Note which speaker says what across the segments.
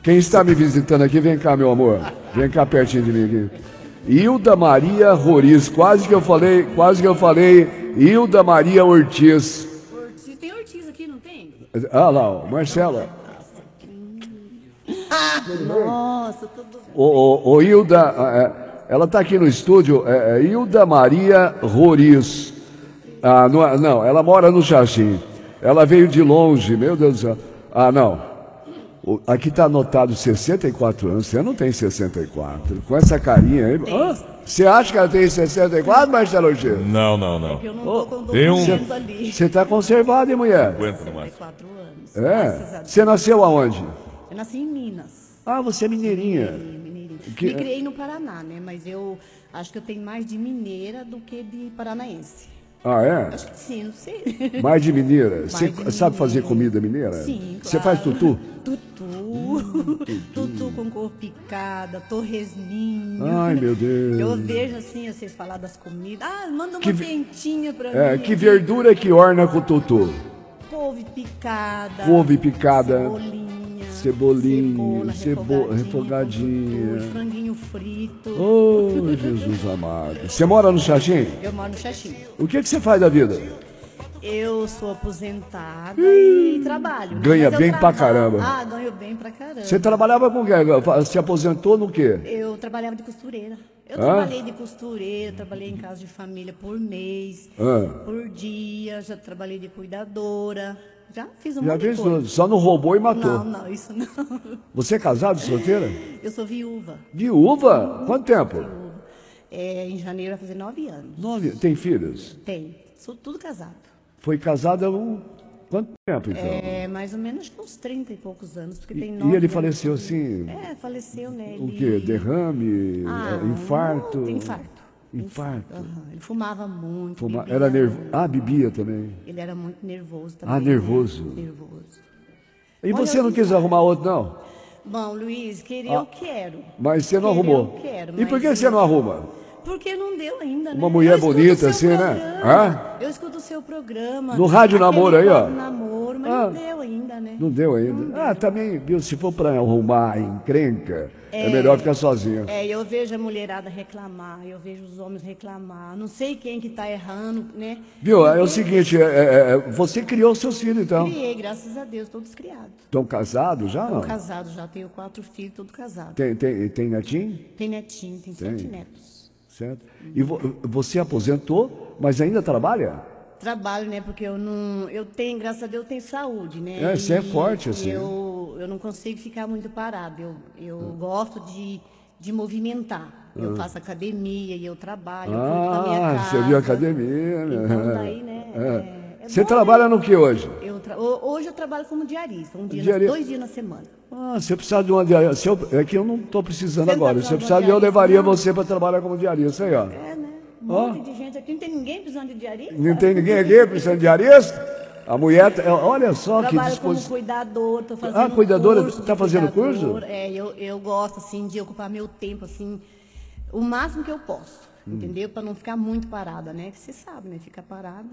Speaker 1: Quem está me visitando aqui, vem cá, meu amor. Vem cá pertinho de mim aqui. Hilda Maria Roriz, quase que eu falei, quase que eu falei Hilda Maria Ortiz.
Speaker 2: Ortiz. Tem Ortiz aqui, não tem?
Speaker 1: Ah lá, ó, Marcela.
Speaker 3: Nossa, tudo bem.
Speaker 1: Ô, ô, ô, Hilda, é, ela está aqui no estúdio, é, é Hilda Maria Roriz. Ah, não, não, ela mora no Jardim. Ela veio de longe, meu Deus do céu. Ah, não. O- Aqui está anotado 64 anos. Você não tem 64. Com essa carinha aí. Hã? Você acha que ela tem 64, Marcelo Ortiz?
Speaker 4: Não, não, não.
Speaker 3: Eu não tô com
Speaker 4: Tem um-
Speaker 3: documentos ali.
Speaker 1: Você está conservada, hein, mulher?
Speaker 4: Aguenta mais.
Speaker 3: Quatro anos. graças
Speaker 1: É.
Speaker 3: a Deus.
Speaker 1: Você nasceu aonde?
Speaker 3: Eu nasci em Minas.
Speaker 1: Ah, você é mineirinha.
Speaker 3: Mineirinha.
Speaker 1: Que- é?
Speaker 3: Me criei no Paraná, né? Mas eu acho que eu tenho mais de mineira do que de paranaense.
Speaker 1: Ah, é?
Speaker 3: Acho que sim, não sei.
Speaker 1: Mais de mineira.
Speaker 3: Mais
Speaker 1: Você
Speaker 3: de mineira.
Speaker 1: sabe fazer comida mineira?
Speaker 3: Sim,
Speaker 1: Você
Speaker 3: claro.
Speaker 1: faz tutu? Hum,
Speaker 3: Tutu. tutu com cor picada, torresminho.
Speaker 1: Ai, meu Deus.
Speaker 3: Eu vejo assim, vocês falar das comidas. Ah, manda uma
Speaker 1: Que ve-
Speaker 3: quentinha pra
Speaker 1: É,
Speaker 3: mim. né?
Speaker 1: que verdura que orna com tutu?
Speaker 3: Couve picada.
Speaker 1: Couve picada.
Speaker 3: Cebolinha.
Speaker 1: Cebolinha,
Speaker 3: cebola,
Speaker 1: cebo-
Speaker 3: refogadinha.
Speaker 1: refogadinha.
Speaker 3: com tutu, Franguinho frito.
Speaker 1: Ô, Jesus amado. Você mora no Xaxim?
Speaker 3: Eu moro no Xaxim.
Speaker 1: O que, que você faz da vida?
Speaker 3: Eu sou aposentada e trabalho. né?
Speaker 1: Ganha
Speaker 3: Mas eu
Speaker 1: bem pra
Speaker 3: trabalho-
Speaker 1: caramba. tá-
Speaker 3: Ah, ganho bem pra caramba.
Speaker 1: Você trabalhava com o quê? Se aposentou no quê?
Speaker 3: Eu trabalhava de costureira. Eu
Speaker 1: Ah?
Speaker 3: trabalhei de costureira, trabalhei em casa de família por mês,
Speaker 1: Ah.
Speaker 3: por dia, já trabalhei de cuidadora, já fiz um
Speaker 1: Já
Speaker 3: monte de
Speaker 1: fez
Speaker 3: coisa.
Speaker 1: tudo. Só não roubou e matou.
Speaker 3: Não, não, isso não.
Speaker 1: Você é casado, solteira?
Speaker 3: Eu sou viúva.
Speaker 1: Viúva? Quanto tempo?
Speaker 3: É, em janeiro vai fazer nove anos.
Speaker 1: Nove. Tem filhos?
Speaker 3: Tem. Sou tudo casado.
Speaker 1: Foi casada há um... Quanto tempo, então?
Speaker 3: É, mais ou menos com uns 30 e poucos anos, porque tem
Speaker 1: E-
Speaker 3: nove
Speaker 1: e ele
Speaker 3: anos.
Speaker 1: faleceu assim?
Speaker 3: É, faleceu, né?
Speaker 1: O
Speaker 3: ele-
Speaker 1: quê? Derrame?
Speaker 3: Ah,
Speaker 1: é, infarto?
Speaker 3: um- Infarto.
Speaker 1: Infarto.
Speaker 3: Aham, Ele fumava muito.
Speaker 1: Fuma-
Speaker 3: bebia
Speaker 1: Era nervoso. Ah, bebia também.
Speaker 3: Ele era muito nervoso também.
Speaker 1: Ah, nervoso.
Speaker 3: né? Nervoso.
Speaker 1: E
Speaker 3: Olha,
Speaker 1: você não quis arrumar outro, não?
Speaker 3: Bom, Luiz, querer
Speaker 1: Ah.
Speaker 3: eu quero.
Speaker 1: Mas você não
Speaker 3: Querer
Speaker 1: arrumou.
Speaker 3: Eu quero,
Speaker 1: E por
Speaker 3: mas
Speaker 1: que você não arruma?
Speaker 3: Porque não deu ainda, né?
Speaker 1: Uma mulher
Speaker 3: Eu escuto
Speaker 1: bonita
Speaker 3: o seu
Speaker 1: assim, né?
Speaker 3: programa, Eu escuto o seu programa.
Speaker 1: No Rádio
Speaker 3: aquele
Speaker 1: Namoro aí, ó.
Speaker 3: Rádio Namoro, mas
Speaker 1: Ah.
Speaker 3: não deu ainda, né?
Speaker 1: Não deu ainda. Ah, também, viu, se for pra arrumar a encrenca, é, melhor ficar sozinha.
Speaker 3: É, eu vejo a mulherada reclamar, eu vejo os homens reclamar. Não sei quem que tá errando, né?
Speaker 1: Viu, é o seguinte, é, é, é, você criou seus filhos, então.
Speaker 3: Criei, graças a Deus, todos criados.
Speaker 1: Estão casados já,
Speaker 3: Tô
Speaker 1: não?
Speaker 3: casado já, tenho quatro filhos, todos casados. Tem,
Speaker 1: Tem, tem, tem netinho?
Speaker 3: netinho, tem, sete netos.
Speaker 1: Certo? E vo- você aposentou, mas ainda trabalha?
Speaker 3: Trabalho, né? Porque eu não. Eu tenho, graças a Deus, eu tenho saúde, né?
Speaker 1: É, você é
Speaker 3: E-
Speaker 1: forte,
Speaker 3: e
Speaker 1: assim.
Speaker 3: Eu, eu não consigo ficar muito parada. Eu, eu
Speaker 1: Hum.
Speaker 3: gosto de, de movimentar. Eu faço academia e eu trabalho. eu cuido da minha
Speaker 1: Ah,
Speaker 3: casa.
Speaker 1: você viu a academia, né?
Speaker 3: Então, daí, né?
Speaker 1: É.
Speaker 3: é- é
Speaker 1: Você
Speaker 3: bom, né?
Speaker 1: trabalha no que hoje?
Speaker 3: Eu tra- ho- Hoje eu trabalho como diarista, um dia, na-
Speaker 1: Diari-
Speaker 3: dois dias na semana.
Speaker 1: Ah, você precisa de uma diarista. É que eu não estou precisando
Speaker 3: Você não tá
Speaker 1: agora. Se eu
Speaker 3: precisando
Speaker 1: precisar,
Speaker 3: de
Speaker 1: eu
Speaker 3: uma
Speaker 1: levaria
Speaker 3: diarista,
Speaker 1: você para trabalhar como diarista. Aí, ó.
Speaker 3: É, né? Um
Speaker 1: Ó.
Speaker 3: monte de gente aqui. Não tem ninguém precisando de diarista?
Speaker 1: Não tem ninguém aqui precisando de diarista? A mulher, tá- olha só que
Speaker 3: Trabalho como
Speaker 1: disposição.
Speaker 3: cuidador, tô fazendo
Speaker 1: Ah, cuidadora,
Speaker 3: curso
Speaker 1: tá
Speaker 3: de
Speaker 1: fazendo
Speaker 3: cuidadora.
Speaker 1: curso?
Speaker 3: É, eu, eu gosto, assim, de ocupar meu tempo, assim, o máximo que eu posso,
Speaker 1: Hum.
Speaker 3: entendeu? Pra não ficar muito parada, né? Você sabe, né? Fica parada,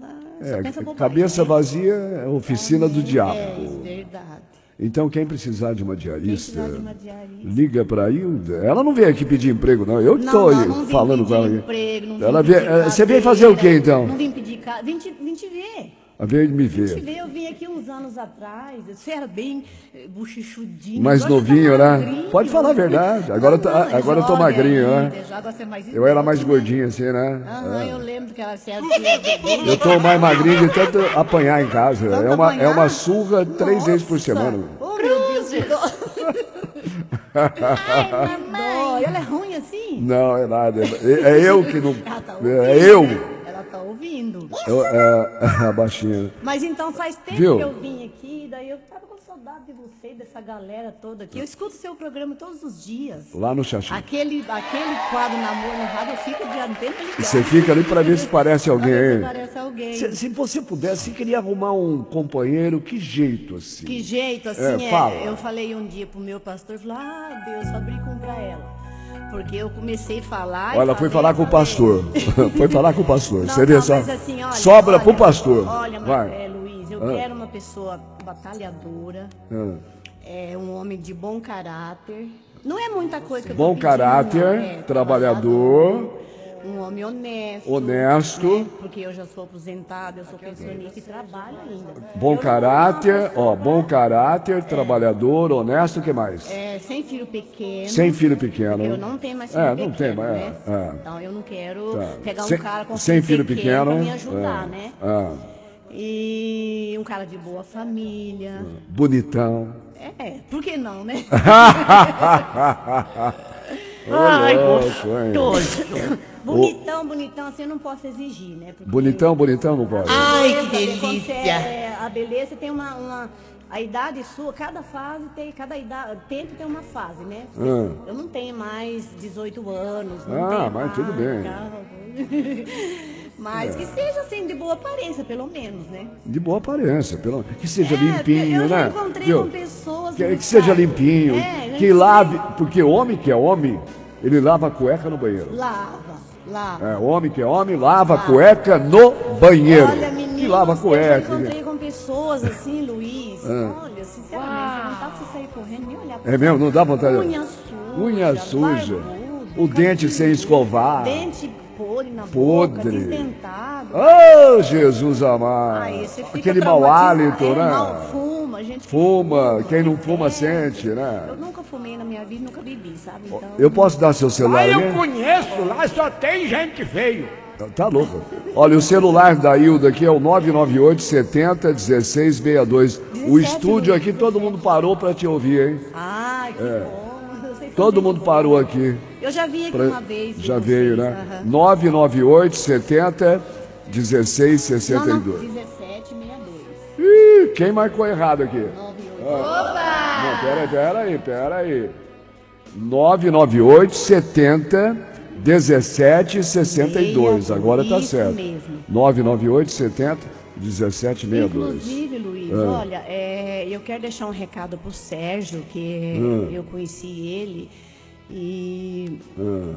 Speaker 3: só pensa
Speaker 1: É,
Speaker 3: bobagem.
Speaker 1: cabeça
Speaker 3: né?
Speaker 1: vazia é oficina do
Speaker 3: É,
Speaker 1: diabo.
Speaker 3: verdade.
Speaker 1: Então, quem precisar de uma
Speaker 3: Quem
Speaker 1: diarista,
Speaker 3: precisar de uma diarista?
Speaker 1: liga para Hilda. Ela não veio aqui pedir emprego, não. Eu que
Speaker 3: Não,
Speaker 1: estou
Speaker 3: não, não vim
Speaker 1: falando
Speaker 3: pedir
Speaker 1: com ela. aqui.
Speaker 3: emprego, não vim
Speaker 1: ela
Speaker 3: pedir
Speaker 1: veio- eh, você veio
Speaker 3: cadeira,
Speaker 1: fazer o quê, então?
Speaker 3: Não vim pedir casa. Vim te, vim te ver.
Speaker 1: Ela veio me
Speaker 3: Vim te
Speaker 1: ver.
Speaker 3: ver. Eu vim aqui uns anos atrás. Você era bem eh, bochechudinho.
Speaker 1: Mais
Speaker 3: agora você tá
Speaker 1: novinho, né?
Speaker 3: magrinho.
Speaker 1: Pode falar a verdade. Agora tá-
Speaker 3: mas
Speaker 1: agora eu tô
Speaker 3: olha,
Speaker 1: magrinho, né?
Speaker 3: vida, já agora você é mais
Speaker 1: Eu era mais
Speaker 3: idoso, né?
Speaker 1: gordinha assim, né?
Speaker 3: Aham, eu lembro que ela se Eu
Speaker 1: Eu tô mais magrinho de tanto apanhar em casa. É uma, é uma surra três vezes por semana.
Speaker 3: Oh, meu Deus que dó. Ai, mamãe. Ela é ruim assim?
Speaker 1: Não, é nada. É, é eu que não.
Speaker 3: Ela tá ouvindo.
Speaker 1: É eu.
Speaker 3: Ela tá ouvindo.
Speaker 1: eu é, a baixinha.
Speaker 3: Mas então faz tempo
Speaker 1: Viu?
Speaker 3: que eu vim aqui, daí eu tava com saudade de você, dessa galera toda aqui. Eu escuto seu programa todos os dias.
Speaker 1: Lá no Xaxim.
Speaker 3: Aquele, aquele quadro Namoro no Rádio, eu fico o dia inteiro ligado.
Speaker 1: Você fica ali pra ver se parece alguém
Speaker 3: Pra ver se
Speaker 1: aí.
Speaker 3: Parece alguém.
Speaker 1: Se, se você pudesse, você queria arrumar um companheiro, que jeito assim?
Speaker 3: Que jeito,
Speaker 1: É,
Speaker 3: assim, é,
Speaker 1: fala.
Speaker 3: eu falei um dia pro meu pastor, falou, ah, Deus, só brinco pra ela. Porque eu comecei a falar... e
Speaker 1: Olha, foi falar
Speaker 3: falei,
Speaker 1: com o
Speaker 3: falei.
Speaker 1: pastor. foi falar com o pastor.
Speaker 3: Não,
Speaker 1: Você vê
Speaker 3: não,
Speaker 1: só.
Speaker 3: mas assim, olha,
Speaker 1: Sobra
Speaker 3: olha,
Speaker 1: pro pastor.
Speaker 3: Olha,
Speaker 1: Vai.
Speaker 3: Marcelo, Luiz, eu
Speaker 1: Ah.
Speaker 3: quero uma pessoa batalhadora,
Speaker 1: Ah.
Speaker 3: é um homem de bom caráter. Não é muita coisa que eu tô
Speaker 1: Bom
Speaker 3: pedindo,
Speaker 1: caráter,
Speaker 3: não, é
Speaker 1: trabalhador.
Speaker 3: um homem honesto.
Speaker 1: Honesto.
Speaker 3: né, Porque eu já sou aposentada, eu sou pensionista e trabalho ainda.
Speaker 1: Ah, Bom caráter, ó, bom caráter, trabalhador, honesto, o que mais?
Speaker 3: É, sem filho pequeno.
Speaker 1: Sem filho pequeno.
Speaker 3: Eu não tenho mais filho
Speaker 1: É,
Speaker 3: pequeno.
Speaker 1: não tem mais.
Speaker 3: Né?
Speaker 1: é, é.
Speaker 3: Então eu não quero
Speaker 1: Tá.
Speaker 3: pegar um
Speaker 1: Sem-
Speaker 3: cara com
Speaker 1: sem filho pequeno,
Speaker 3: pra me ajudar,
Speaker 1: é,
Speaker 3: né?
Speaker 1: é.
Speaker 3: E um cara de boa família.
Speaker 1: Hum. Bonitão.
Speaker 3: É, por que não, né?
Speaker 1: Ai, É.
Speaker 3: bonitão, bonitão, assim eu não posso exigir, né? Porque
Speaker 1: Bonitão, bonitão, não
Speaker 3: Ah.
Speaker 1: pode.
Speaker 4: Ai, que
Speaker 3: beleza, quando
Speaker 4: delícia.
Speaker 3: você é- a beleza tem uma, uma- A idade sua, cada fase tem. Cada idade, tempo tem uma fase, né?
Speaker 1: Ah.
Speaker 3: Eu não tenho mais 18 anos. Não
Speaker 1: Ah,
Speaker 3: tenho
Speaker 1: mas tudo
Speaker 3: mais
Speaker 1: bem. É.
Speaker 3: carro. mas que seja assim, de boa aparência, pelo menos, né?
Speaker 1: De boa aparência, pelo que seja
Speaker 3: É,
Speaker 1: limpinho,
Speaker 3: eu já
Speaker 1: né?
Speaker 3: encontrei
Speaker 1: Viu?
Speaker 3: com pessoas,
Speaker 1: que,
Speaker 3: né,
Speaker 1: que seja
Speaker 3: cara?
Speaker 1: limpinho,
Speaker 3: É, eu
Speaker 1: que
Speaker 3: encontrei-
Speaker 1: lave, porque homem que é homem, ele lava a cueca no banheiro.
Speaker 3: Lava, lava.
Speaker 1: É, homem que é homem lava a cueca no banheiro.
Speaker 3: Ah. Olha, menino,
Speaker 1: que lava a
Speaker 3: eu já
Speaker 1: cueca. Ah.
Speaker 3: encontrei com pessoas assim, Luiz. Olha, sinceramente, não dá pra você sair correndo nem olhar pra
Speaker 1: É mesmo, não dá vontade.
Speaker 3: Unha suja.
Speaker 1: Unha suja.
Speaker 3: barbudo,
Speaker 1: O dente sem escovar.
Speaker 3: Dente podre na boca,
Speaker 1: Podre.
Speaker 3: desdentado.
Speaker 1: Oh, Jesus amado.
Speaker 3: Aí você fica
Speaker 1: Aquele mau
Speaker 3: traumatizado.
Speaker 1: hálito,
Speaker 3: É,
Speaker 1: né?
Speaker 3: Mal fuma, gente.
Speaker 1: Fuma, quem não fuma
Speaker 3: É.
Speaker 1: sente, né?
Speaker 3: Eu nunca fumei na minha vida, nunca bebi, sabe? Então,
Speaker 1: Eu posso dar seu celular?
Speaker 5: Lá eu
Speaker 1: né?
Speaker 5: conheço, lá só tem gente feio.
Speaker 1: Tá louco. Olha, o celular da Hilda aqui é o 998 70 1662. O
Speaker 3: 17
Speaker 1: estúdio aqui, todo mundo parou pra te ouvir, hein?
Speaker 3: Ai, que bom. Eu sei que
Speaker 1: É. Todo
Speaker 3: eu
Speaker 1: mundo
Speaker 3: tenho-
Speaker 1: parou aqui.
Speaker 3: Eu já vi aqui
Speaker 1: pra-
Speaker 3: uma vez.
Speaker 1: Já
Speaker 3: com
Speaker 1: veio,
Speaker 3: vocês,
Speaker 1: né?
Speaker 3: aham.
Speaker 1: 998 70
Speaker 3: Não, não,
Speaker 1: 1662.
Speaker 3: 1762.
Speaker 1: Ih, quem marcou errado aqui?
Speaker 3: 98.
Speaker 1: Não, pera, pera aí, pera aí. 998 70 17 62. Agora tá
Speaker 3: Isso
Speaker 1: certo.
Speaker 3: mesmo.
Speaker 1: 998 70 17 62.
Speaker 3: Inclusive, Luiz,
Speaker 1: Ah.
Speaker 3: olha, é, eu quero deixar um recado pro Sérgio, que
Speaker 1: Ah.
Speaker 3: eu conheci ele. E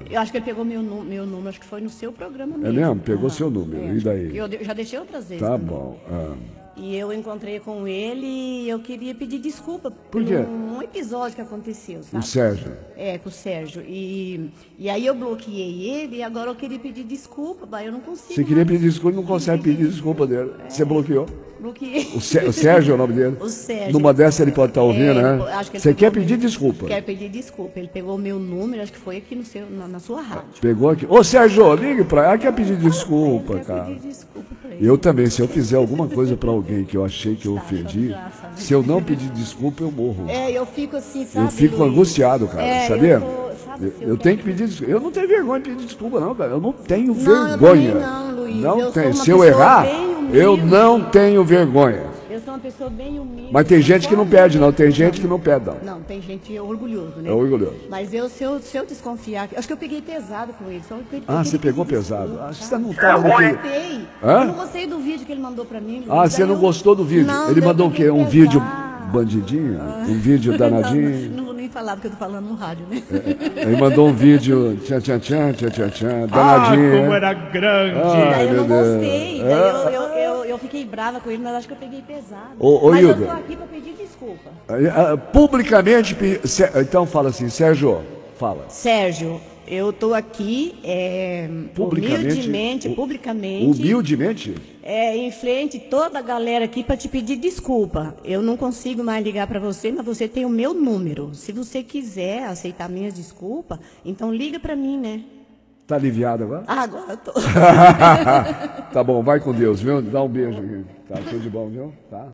Speaker 3: eu acho que ele pegou meu, nu- meu número, acho que foi no seu programa mesmo.
Speaker 1: Ah. É mesmo? Pegou
Speaker 3: Aham.
Speaker 1: seu número, e
Speaker 3: acho
Speaker 1: daí?
Speaker 3: que Eu de- já deixei outras vezes.
Speaker 1: Tá
Speaker 3: também.
Speaker 1: bom. ah.
Speaker 3: E eu encontrei com ele e eu queria pedir desculpa
Speaker 1: Por quê?
Speaker 3: um episódio que aconteceu,
Speaker 1: O
Speaker 3: sabe?
Speaker 1: Sérgio.
Speaker 3: É, com o Sérgio. E, e aí eu bloqueei ele e agora eu queria pedir desculpa, mas eu não consigo.
Speaker 1: Você queria
Speaker 3: mais.
Speaker 1: pedir desculpa, não consegue pedir desculpa dele. Você bloqueou.
Speaker 3: Bloqueei.
Speaker 1: O, Sé- o Sérgio é o nome dele?
Speaker 3: O Sérgio.
Speaker 1: Numa dessa ele pode estar ouvindo,
Speaker 3: É,
Speaker 1: né?
Speaker 3: ele po- acho que ele
Speaker 1: Você quer
Speaker 3: pegou
Speaker 1: pedir
Speaker 3: meu-
Speaker 1: desculpa.
Speaker 3: Quero pedir desculpa. Ele pegou o meu número, acho que foi aqui no seu, na, na sua rádio.
Speaker 1: Pegou aqui. Ô Sérgio, ligue pra ela, quer pedir
Speaker 3: Eu
Speaker 1: desculpa,
Speaker 3: quero
Speaker 1: cara.
Speaker 3: pedir desculpa pra ele.
Speaker 1: Eu também, se eu fizer alguma coisa pra alguém que eu achei que eu
Speaker 3: Tá,
Speaker 1: ofendi,
Speaker 3: tá graça, né?
Speaker 1: se eu não pedir desculpa, eu morro.
Speaker 3: É, eu fico assim, sabe?
Speaker 1: Eu fico
Speaker 3: Luiz?
Speaker 1: angustiado, cara,
Speaker 3: É,
Speaker 1: sabia?
Speaker 3: Eu, tô- sabe,
Speaker 1: Eu-
Speaker 3: assim,
Speaker 1: eu tenho
Speaker 3: quero-
Speaker 1: que pedir desculpa. Eu não tenho vergonha de pedir desculpa, não, cara. Eu não tenho
Speaker 3: Não, eu
Speaker 1: vergonha.
Speaker 3: também não, Luiz.
Speaker 1: Não
Speaker 3: Eu sou
Speaker 1: tenho.
Speaker 3: uma
Speaker 1: Se eu
Speaker 3: pessoa
Speaker 1: errar,
Speaker 3: bem humilde.
Speaker 1: eu não tenho vergonha.
Speaker 3: Eu sou uma pessoa bem humilde.
Speaker 1: Mas tem gente que não pede, não. Tem
Speaker 3: Não.
Speaker 1: gente que não pede, não.
Speaker 3: Não, tem gente orgulhoso, né?
Speaker 1: É orgulhoso.
Speaker 3: Mas eu, se eu, se eu desconfiar, acho que eu peguei pesado com ele. Só eu pe- eu
Speaker 1: Ah,
Speaker 3: queria
Speaker 1: você pegou
Speaker 3: pedir
Speaker 1: pesado.
Speaker 3: desculpa,
Speaker 1: Ah,
Speaker 3: tá?
Speaker 1: você não tava
Speaker 3: Eu
Speaker 1: naquele-
Speaker 3: gostei.
Speaker 1: Hã?
Speaker 3: Eu não gostei do vídeo que ele mandou pra mim. Luiz.
Speaker 1: Ah, você
Speaker 3: Aí
Speaker 1: não
Speaker 3: eu-
Speaker 1: gostou do vídeo?
Speaker 3: Não,
Speaker 1: Ele
Speaker 3: eu
Speaker 1: mandou o quê?
Speaker 3: peguei
Speaker 1: Um vídeo
Speaker 3: pesado.
Speaker 1: bandidinho? Um vídeo danadinho?
Speaker 3: Não, não vou nem falar porque eu tô falando no rádio, né?
Speaker 1: Ele mandou um vídeo tchan, tchan, tchan, tchan, tchan, tchan,
Speaker 5: Ah,
Speaker 1: danadinho.
Speaker 5: como
Speaker 1: né?
Speaker 5: era
Speaker 1: Ah.
Speaker 5: grande.
Speaker 3: Daí eu não
Speaker 1: meu Deus. Ah.
Speaker 3: gostei. Daí eu, eu, eu, eu fiquei brava com ele, mas acho que eu peguei pesado.
Speaker 1: Ô, ô,
Speaker 3: mas
Speaker 1: Hilda.
Speaker 3: eu tô aqui pra pedir desculpa.
Speaker 1: Ah, Publicamente, pe- Sé- então fala assim, Sérgio, fala.
Speaker 3: Sérgio, eu tô aqui é,
Speaker 1: Publicamente-
Speaker 3: humildemente,
Speaker 1: hu-
Speaker 3: publicamente,
Speaker 1: Humildemente?
Speaker 3: é, em frente a toda a galera aqui para te pedir desculpa. Eu não consigo mais ligar para você, mas você tem o meu número. Se você quiser aceitar minhas desculpas, então liga para mim, né?
Speaker 1: Tá aliviado agora?
Speaker 3: Ah, agora eu tô.
Speaker 1: Tá bom, vai com Deus, viu? Dá um beijo aqui. Tá, tudo de bom, viu? Tá.